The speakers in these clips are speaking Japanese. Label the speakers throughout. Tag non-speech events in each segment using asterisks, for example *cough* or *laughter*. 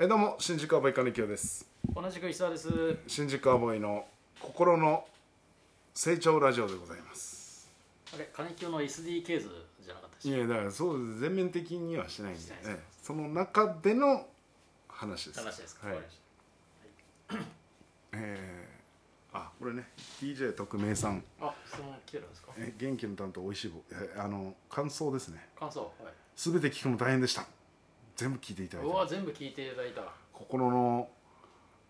Speaker 1: えどうも新宿アボイ金城です
Speaker 2: 同じく石沢です。よ
Speaker 1: 新宿アボイの心の成長ラジオでございます
Speaker 2: あれ、金清の SDK 図じゃなかったで
Speaker 1: い
Speaker 2: し
Speaker 1: やだからそう全面的にはしないんで
Speaker 2: しない
Speaker 1: ね
Speaker 2: で
Speaker 1: その中での話です
Speaker 2: た。話ですか。
Speaker 1: はい
Speaker 2: わかりまし
Speaker 1: えーあこれね DJ 特命さん
Speaker 2: たあ、質問来てるんですか。
Speaker 1: え元気の担当おいしい棒えあの感想ですね
Speaker 2: 感想。はい。
Speaker 1: すべて聞くの大変でした全部聞いていただいうて
Speaker 2: わ、
Speaker 1: ます
Speaker 2: 全部聞いていただいた。
Speaker 1: 心の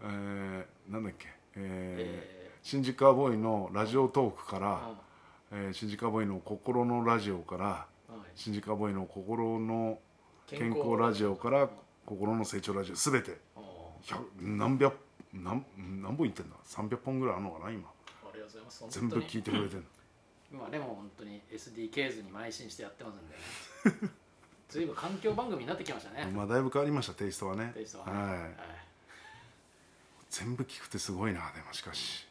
Speaker 1: えー、なんだっけえー
Speaker 2: え
Speaker 1: 新宿アボイのラジオトークか
Speaker 2: ー
Speaker 1: ら、えー新宿アボイの心のラジオから
Speaker 2: うんはい
Speaker 1: 新宿アボイの心の健康ラジオから心の成長ラジオすべて
Speaker 2: うんあ
Speaker 1: 100何百何何本いってんだ300本ぐらいあるのかな今
Speaker 2: りがとうございます。
Speaker 1: 全部
Speaker 2: 本当に
Speaker 1: 聞いてくれてる
Speaker 2: 今ねもう本当に SDK 図に邁進してやってますんで、ね。 *laughs* ずいぶん環境番組になってきましたね。
Speaker 1: まあだいぶ変わりましたテイストはね
Speaker 2: テイストはね
Speaker 1: は
Speaker 2: はい
Speaker 1: い、全部聞くってすごいなでもしかし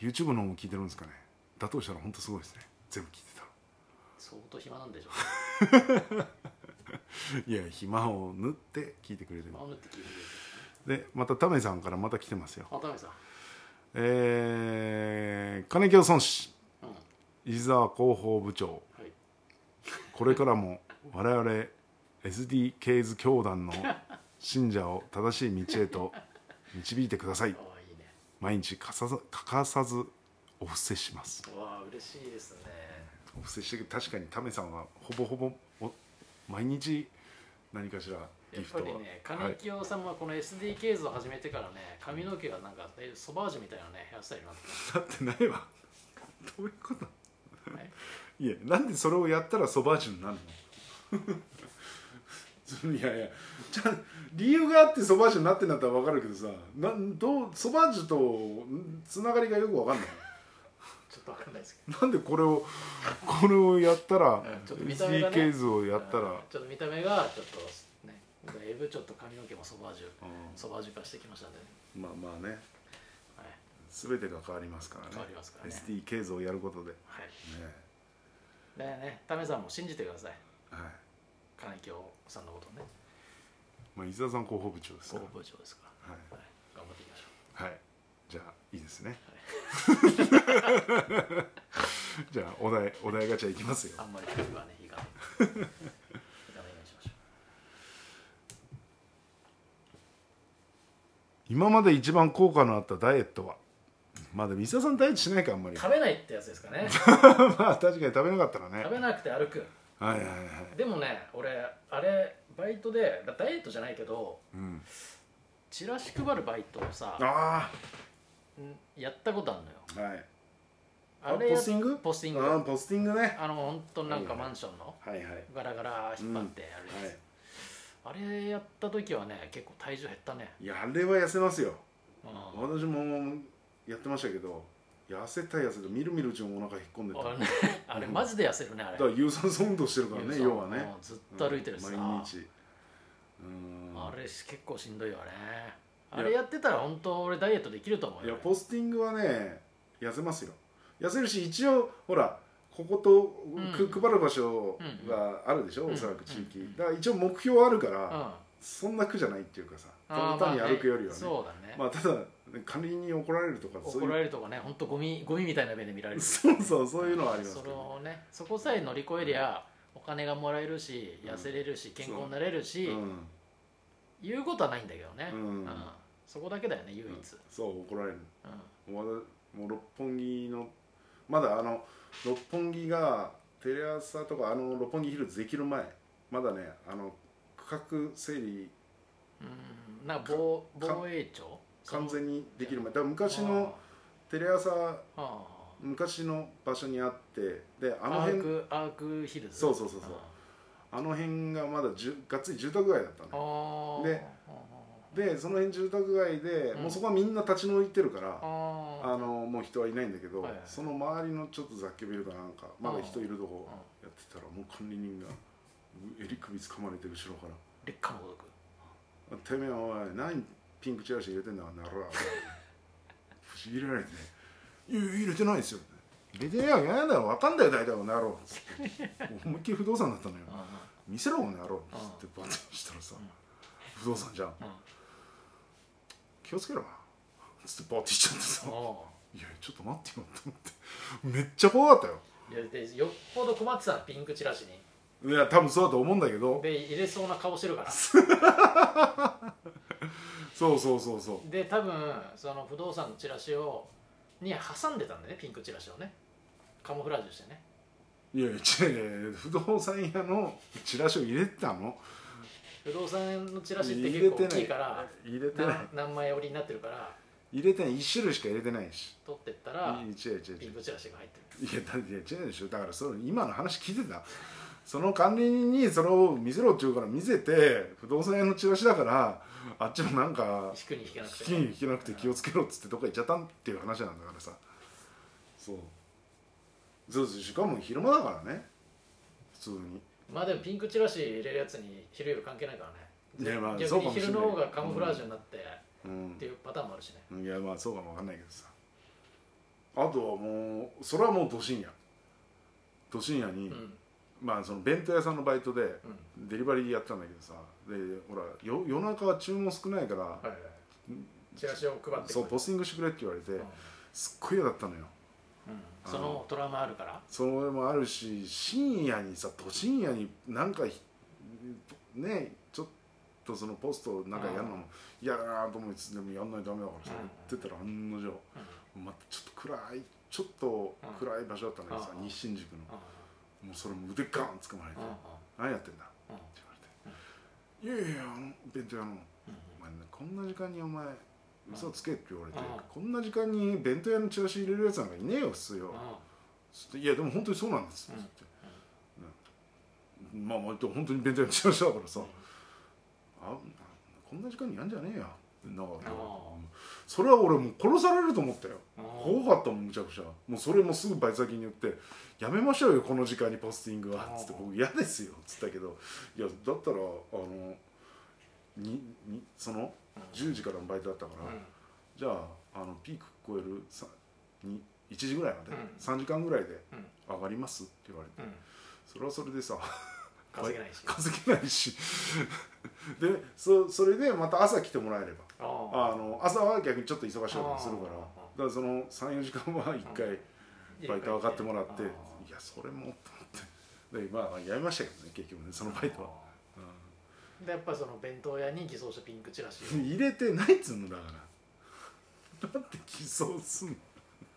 Speaker 1: YouTube の方も聞いてるんですかねだとしたら本当すごいですね全部聞いてたら
Speaker 2: 相当暇なんでしょう、
Speaker 1: いや暇を縫って聞いてくれてる
Speaker 2: ね。守って聞いてくれて
Speaker 1: でまたタメさんからまた来てますよ
Speaker 2: る。あ、田辺さん。
Speaker 1: えー、金城村氏
Speaker 2: うん。は
Speaker 1: 伊沢広報部長
Speaker 2: い。
Speaker 1: これからも我々 SDKs 教団の信者を正しい道へと導いてください
Speaker 2: ああ、いいね。
Speaker 1: 毎日欠かさ欠かさずお布施します
Speaker 2: うわあ、嬉しいですね。
Speaker 1: お布施してく確かにタメさんはほぼほぼお毎日何かしら
Speaker 2: や
Speaker 1: ギ
Speaker 2: っ
Speaker 1: フ
Speaker 2: ぱ
Speaker 1: トは
Speaker 2: りね、
Speaker 1: は
Speaker 2: 金
Speaker 1: い、
Speaker 2: 清さんはこの SDK 図を始めてからね、髪の毛がなんかえソバージュみたいなね、ヘアスタイルにな
Speaker 1: な
Speaker 2: って
Speaker 1: ってないわどういうこと
Speaker 2: た
Speaker 1: *laughs*
Speaker 2: ね。
Speaker 1: いやなんでそれをやったらソバージュになるのそ *laughs* のいやいやちゃん理由があってソバージュになってんだったら分かるけどさなんどうソバージュとつながりがよく分かんない
Speaker 2: ちょっとわかんないですけ
Speaker 1: なんでこれをこれをやったら
Speaker 2: うんちょっと見た目が
Speaker 1: SD
Speaker 2: ね
Speaker 1: ケーズをや
Speaker 2: ど。
Speaker 1: ったら、
Speaker 2: うんちょっと見た目がちょっとね、だいぶちょっと髪の毛もソバージュ、ソバージュ化してきましたんでね。
Speaker 1: まあまあね
Speaker 2: はい。
Speaker 1: 全てが変わりますからね
Speaker 2: 変わりますからね
Speaker 1: SD ケーズをやることでね
Speaker 2: はい。でね、タメさんも信じてください。
Speaker 1: はい
Speaker 2: 金清さんのことをね、
Speaker 1: まあ、伊沢さん広報部長ですか
Speaker 2: 広
Speaker 1: ら
Speaker 2: 報部長ですから。
Speaker 1: はい
Speaker 2: はい。頑張っていきましょう。
Speaker 1: はい。じゃあいいですね。 *laughs* じゃあお題お題ガチャいきますよ。
Speaker 2: あんまり服はね、いい
Speaker 1: *laughs*
Speaker 2: かない。いかないようにしましょ
Speaker 1: 今まで一番効果のあったダイエットは。まあでも伊沢さんダイエットしないかあんまり
Speaker 2: う。。食べないってやつですか
Speaker 1: *laughs*
Speaker 2: ね。
Speaker 1: まあ確かに食べなかったらね。
Speaker 2: 食べなくて歩く。
Speaker 1: はいはいはい。
Speaker 2: でもね俺あれバイトでダイエットじゃないけど
Speaker 1: うん。
Speaker 2: チラシ配るバイトをさ
Speaker 1: あ
Speaker 2: んやったことあるのよ
Speaker 1: あはい。
Speaker 2: あれや
Speaker 1: ポスティング
Speaker 2: ポスティング
Speaker 1: ああポスティングね。
Speaker 2: あの本当なんか
Speaker 1: はいはい
Speaker 2: マンションの
Speaker 1: はいはい。
Speaker 2: ガラガラ引っ張ってやるやつ、あれやった時はね結構体重減ったね、
Speaker 1: いやあれは痩せますよ。
Speaker 2: うん
Speaker 1: 私もやってましたけど、痩せたい痩せたいみるみるうちにお腹引っ込んでた。
Speaker 2: あ
Speaker 1: だ
Speaker 2: れね *laughs* あれマジで痩せるねあれ
Speaker 1: から有酸素運動してるからね
Speaker 2: そう
Speaker 1: 要はね。
Speaker 2: うんずっと歩いてるしさ、
Speaker 1: 毎日うん
Speaker 2: あれし結構しんどいよね
Speaker 1: いや
Speaker 2: あれやってたら本当俺ダイエットできると思う
Speaker 1: いや
Speaker 2: よ、
Speaker 1: ポスティングはね痩せますよ痩せるし一応ほらここと、
Speaker 2: うん
Speaker 1: く配る場所があるでしょ、
Speaker 2: うん
Speaker 1: おそらく地域、
Speaker 2: うん
Speaker 1: だから一応目標あるから、
Speaker 2: うんあ
Speaker 1: そんな苦じゃないっていうかさ
Speaker 2: ー
Speaker 1: 単に
Speaker 2: まあ
Speaker 1: 歩くよりはね,、まあ
Speaker 2: そうだね
Speaker 1: ただ管理人に怒られるとかそう
Speaker 2: 怒ら
Speaker 1: いう
Speaker 2: れるとかね本当ゴミゴミみたいな目で見られる
Speaker 1: *laughs* そうそうそういうのはあります
Speaker 2: そ
Speaker 1: けど
Speaker 2: れ
Speaker 1: ね、
Speaker 2: をねそこさえ乗り越えりゃお金がもらえるし痩せれるし健康になれるし、
Speaker 1: うん
Speaker 2: 言うことはないんだけどね、
Speaker 1: うん
Speaker 2: そこだけだよね唯一、うん
Speaker 1: そう怒られるもうもう六本木のまだあの六本木がテレ朝とかあの六本木ヒルズできる前まだねあの区画整理
Speaker 2: うんなんか防
Speaker 1: か
Speaker 2: 防衛庁
Speaker 1: 完全
Speaker 2: に
Speaker 1: にできる前だから昔のテレ朝昔の場所にあってであ
Speaker 2: あ
Speaker 1: の
Speaker 2: の辺
Speaker 1: 辺
Speaker 2: アークアークヒルズ
Speaker 1: そうそうそうそうあの辺がまだじゅがっつり住宅街だった
Speaker 2: あ
Speaker 1: ね
Speaker 2: ー
Speaker 1: ででその辺住宅街で、
Speaker 2: うん
Speaker 1: もうそこはみんな立ち退いてるから
Speaker 2: あーあー
Speaker 1: あのもう人はいないんだけど、
Speaker 2: はいはい
Speaker 1: その周りのちょっと雑居ビルかなんかまだ人いるとこ
Speaker 2: あ
Speaker 1: やってたらもう管理人が襟首つかまれて後ろから
Speaker 2: 劣化のごとく
Speaker 1: あ「てめえお前何ピンクチラシ入れてんだなら」 *laughs* 不思議入れられてね「いや入れてないですよ」入れてやがやだよ分かんだよ大体この野郎」つ
Speaker 2: *laughs*
Speaker 1: って思いっきり不動産だったのよ
Speaker 2: うん
Speaker 1: 「見せろこの野郎」つってバッてしたらさ不動産じゃん
Speaker 2: うん
Speaker 1: 気をつけろなつってバーって行っちゃってさ
Speaker 2: お
Speaker 1: いやちょっと待ってよと思ってめっちゃ怖かったよ
Speaker 2: ういやでよっぽど困ってたのピンクチラシに
Speaker 1: いや多分そうだと思うんだけど
Speaker 2: で入れそうな顔してるから
Speaker 1: そうそうそうそう
Speaker 2: で多分その不動産のチラシをに挟んでたんだよねピンクチラシをねカモフラージュしてね
Speaker 1: いやいや違う違う違う不動産屋のチラシを入れてたの
Speaker 2: 不動産のチラシって
Speaker 1: 入れ
Speaker 2: 結構
Speaker 1: て
Speaker 2: 大
Speaker 1: な
Speaker 2: きい
Speaker 1: い
Speaker 2: から
Speaker 1: 入れてない
Speaker 2: な何枚折りになってるから
Speaker 1: 入れてない1種類しか入れてないし
Speaker 2: 取ってった
Speaker 1: いや違
Speaker 2: ら
Speaker 1: う違う違
Speaker 2: ピン
Speaker 1: う
Speaker 2: クチラシが入ってる
Speaker 1: いやだっていや違うでしょだからその今の話聞いてたその管理人にそれを見せろって言うから見せて不動産屋のチラシだからあっちもなんか
Speaker 2: 引くに引けな
Speaker 1: 引
Speaker 2: くて
Speaker 1: きに引けなくて気をつけろっつってどっか行っちゃったっていう話なんだからさそうそうそうしかも昼間だからね普通に
Speaker 2: まあでもピンクチラシ入れるやつに昼夜関係ないからね
Speaker 1: ねまあ
Speaker 2: 逆
Speaker 1: そう
Speaker 2: に
Speaker 1: かもしれな
Speaker 2: 昼
Speaker 1: い
Speaker 2: の方がカモフラージュになってっ
Speaker 1: うん
Speaker 2: ていうパターンもあるしね
Speaker 1: いやまあそうかもわかんないけどさあとはもうそれはもう都心や都心やに、
Speaker 2: うん
Speaker 1: まあその弁当屋さんのバイトで
Speaker 2: うん
Speaker 1: デリバリーやってたんだけどさでほらよ夜中は注文少ないから、
Speaker 2: はいはいチラシを配って
Speaker 1: そうポ
Speaker 2: ス
Speaker 1: スティングしてくれって言われて、
Speaker 2: うん
Speaker 1: すっごい嫌だったのよ
Speaker 2: うんそのトラウマあるから
Speaker 1: それもあるし深夜にさ都心夜になんかひねちょっとそのポストなんかやるのも嫌だなと思いつつでもやんないとダメだからさ、
Speaker 2: うん
Speaker 1: 言ってたら案の定、またちょっと暗いちょっと暗い場所だったんだけどさ、
Speaker 2: うん
Speaker 1: 日新宿のも
Speaker 2: うん
Speaker 1: うそれも腕ガーン掴まれて
Speaker 2: うんうん
Speaker 1: 「何やってんだ?」
Speaker 2: うん
Speaker 1: って言われて「いやいやあの弁当屋の
Speaker 2: うん
Speaker 1: お前ねこんな時間にお前嘘つけ」って言われて、
Speaker 2: うん
Speaker 1: こんな時間に弁当屋のチラシ入れるやつなんかいねえよ普通よ」つっていやでも本当にそうなんです」
Speaker 2: うん
Speaker 1: つって、うんまあまあでも本当に弁当屋のチラシだからさ、
Speaker 2: うん
Speaker 1: あこんな時間にやんじゃねえよなんか
Speaker 2: あ
Speaker 1: それは俺もう殺されると思ったよ
Speaker 2: うんうん
Speaker 1: 怖かったもんむちゃくちゃもうそれもすぐバイト先に言って「やめましょうよこの時間にポスティングは
Speaker 2: あ」ー
Speaker 1: つって「僕嫌ですよ」つったけど「いやだったらあのににその
Speaker 2: うん
Speaker 1: 10時からのバイトだったから、
Speaker 2: うん
Speaker 1: じゃああのピーク超えるさに1時ぐらいまで、
Speaker 2: うん
Speaker 1: 3時間ぐらいで
Speaker 2: うん
Speaker 1: 上がります」って言われて
Speaker 2: うん
Speaker 1: それはそれでさ *laughs*
Speaker 2: 稼げないし
Speaker 1: 稼げないし *laughs* でそそれでまた朝来てもらえれば
Speaker 2: ああ
Speaker 1: あの朝は逆にちょっと忙しいことするから
Speaker 2: あー
Speaker 1: だからその34時間は1回。バイト上がってもらってい
Speaker 2: あ
Speaker 1: やそれもと思ってで *laughs* まあやめましたけどね結局ねそのバイトは、
Speaker 2: あでやっぱその弁当屋に偽装したピンクチラシ
Speaker 1: うん入れてないっつうのだ *laughs* からだって偽装すんの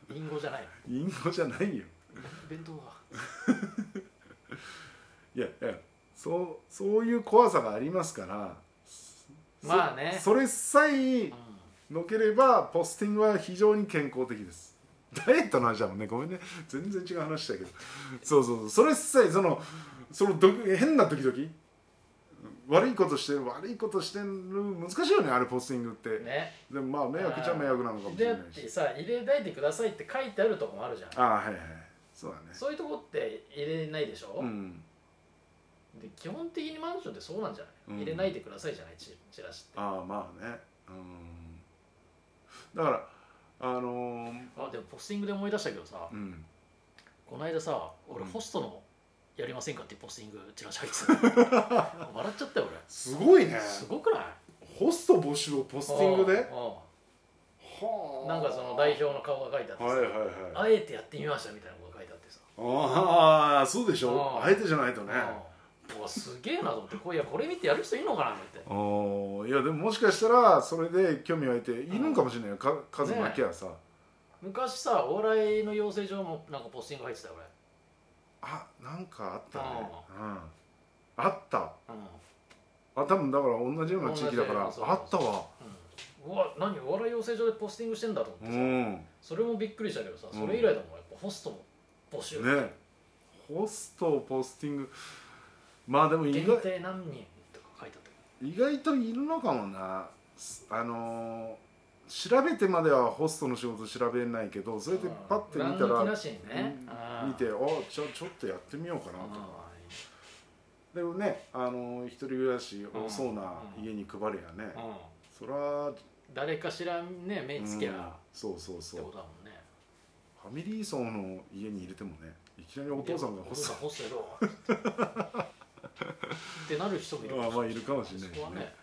Speaker 2: リンゴじゃない
Speaker 1: 隠語じゃないよ
Speaker 2: 弁当が
Speaker 1: いやいやそうそういう怖さがありますからそ
Speaker 2: まあね
Speaker 1: それさえ
Speaker 2: う
Speaker 1: のければポスティングは非常に健康的です *laughs* ダイエットの話だもんねごめんね全然違う話だけどそうそうそうそれさえそのそのど変な時々悪いことしてる悪いことしてる難しいよねあれポスティングって、
Speaker 2: んね
Speaker 1: でもまあ迷惑じゃ迷惑なのかもし
Speaker 2: で
Speaker 1: れ
Speaker 2: だ
Speaker 1: な
Speaker 2: っ
Speaker 1: いして
Speaker 2: さ入れないでくださいって書いてあるとこもあるじゃん
Speaker 1: ああはいはいそうだね
Speaker 2: そういうとこって入れないでしょ、
Speaker 1: うん
Speaker 2: で基本的にマンションってそうなんじゃない、
Speaker 1: うん
Speaker 2: 入れないでくださいじゃないチチラシって
Speaker 1: ああまあねうんだからあのー、
Speaker 2: あでもポスティングで思い出したけどさ
Speaker 1: うん
Speaker 2: この間さ
Speaker 1: う
Speaker 2: 俺
Speaker 1: ん
Speaker 2: ホストのやりませんかっていうポスティングチラシ入って
Speaker 1: *laughs*
Speaker 2: た笑っちゃったよ
Speaker 1: すごいね
Speaker 2: 俺すごくない
Speaker 1: ホスト募集をポスティングで
Speaker 2: うんうん
Speaker 1: はあ
Speaker 2: なんかその代表の顔が書いてあってさ、
Speaker 1: はいはいはい
Speaker 2: あえてやってみましたみたいなことが書いてあってさ、
Speaker 1: ああそうでしょ
Speaker 2: あー
Speaker 1: あえてじゃないとね
Speaker 2: うんうわすげえなと思ってこいやこれ見てやる人いるのかなと思っ
Speaker 1: あ
Speaker 2: て
Speaker 1: ーいやでももしかしたらそれで興味湧いているのかもしれないよか数負けやさ、
Speaker 2: 昔さお笑いの養成所もなんかポスティング入ってたよ
Speaker 1: あなんかあったねうんあった
Speaker 2: 俺、うん
Speaker 1: あ多分だから同じような地域だから
Speaker 2: 同じような
Speaker 1: あったわ
Speaker 2: うんうわ何お笑い養成所でポスティングしてんだと思って
Speaker 1: う
Speaker 2: さ、
Speaker 1: ん
Speaker 2: それもびっくりしたけどさ
Speaker 1: うん
Speaker 2: それ以来だもんやっぱホストも募集、
Speaker 1: ねホストをポスティングまあでも意
Speaker 2: 限
Speaker 1: 外
Speaker 2: 定何人とか書いてあった
Speaker 1: 意外といるのかもなすあのー調べてまではホストの仕事調べないけどそれでパッて見た
Speaker 2: うん
Speaker 1: ら
Speaker 2: 何の気なしにね
Speaker 1: 見てあちょちょっとやってみようかなとかでもねあの一人暮らし多そうな家に配るやね、
Speaker 2: うんうん
Speaker 1: そら
Speaker 2: 誰かしらね目つけ
Speaker 1: うん
Speaker 2: ゃ
Speaker 1: そうそう
Speaker 2: っ
Speaker 1: そ
Speaker 2: て
Speaker 1: う
Speaker 2: ことだもんね
Speaker 1: ファミリー層の家に入れてもねいきなりお父さんが
Speaker 2: お
Speaker 1: ホ
Speaker 2: 父
Speaker 1: ス
Speaker 2: さん
Speaker 1: ト
Speaker 2: ホスト
Speaker 1: *laughs*
Speaker 2: やろうってなる人もいる
Speaker 1: あまあいるかもしれないね
Speaker 2: そこはね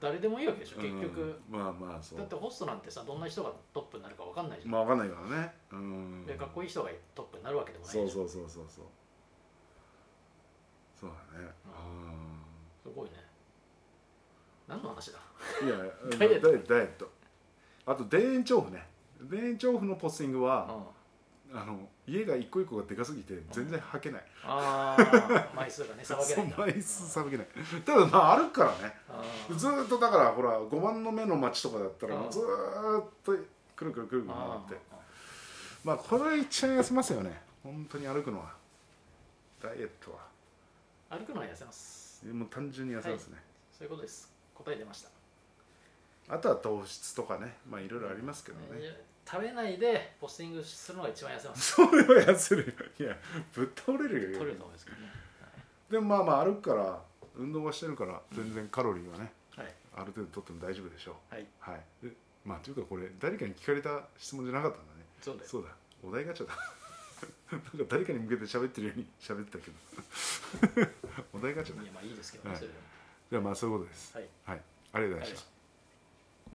Speaker 2: 誰でもいいわけでしょ結局、
Speaker 1: うんまあまあそ
Speaker 2: だっ
Speaker 1: う
Speaker 2: てホストなんてさどんな人がトップになるか分かんないじゃん、
Speaker 1: まあわかんないからねうん
Speaker 2: でかっこいい人がトップになるわけでもないじゃ
Speaker 1: そ
Speaker 2: ん
Speaker 1: うそうそうそうそうそうだね
Speaker 2: すごいね何の話だ
Speaker 1: うんいや
Speaker 2: ダイエット
Speaker 1: ダイエットダイエットあと田園調布ね田園調布のポスティング
Speaker 2: う
Speaker 1: は、
Speaker 2: ん
Speaker 1: あの家が一個一個がでかすぎて全然履けない、
Speaker 2: ああ枚数がねさば
Speaker 1: *laughs*
Speaker 2: け
Speaker 1: そ
Speaker 2: な
Speaker 1: う
Speaker 2: いんだ
Speaker 1: 枚数さばけないただまあ歩くからね
Speaker 2: あー
Speaker 1: ずーっとだからほら5番の目の街とかだったら
Speaker 2: うん
Speaker 1: ずーっとくるくるくるくる回
Speaker 2: あ
Speaker 1: って
Speaker 2: ー
Speaker 1: まあこれは一番痩せますよね本当に歩くのはダイエットは
Speaker 2: 歩くのは痩せます
Speaker 1: もう単純に痩せますね、
Speaker 2: そういうことです答え出ました、
Speaker 1: あとは糖質とかねまあいろいろありますけどね、
Speaker 2: えー食べないでポスティングするのが一番痩せます
Speaker 1: それは痩せるよいやぶっ倒れるよ
Speaker 2: 取れると思うんですけどね
Speaker 1: でもまあまあ歩くから運動はしてるから全然カロリーはね、
Speaker 2: はい
Speaker 1: ある程度取っても大丈夫でしょう
Speaker 2: はい
Speaker 1: はいでまあというかこれ誰かに聞かれた質問じゃなかったんだね
Speaker 2: そうだよ
Speaker 1: そうだお題ガチャだ *laughs* なんか誰かに向けて喋ってるように *laughs* 喋ってたけどお題ガチャだ *laughs*
Speaker 2: いやまあいいですけどね、
Speaker 1: はい
Speaker 2: それでも
Speaker 1: じゃあまあそういうことです
Speaker 2: はい
Speaker 1: はい、ありがとうございま
Speaker 2: ありがとうござ
Speaker 1: し
Speaker 2: いま
Speaker 1: た
Speaker 2: した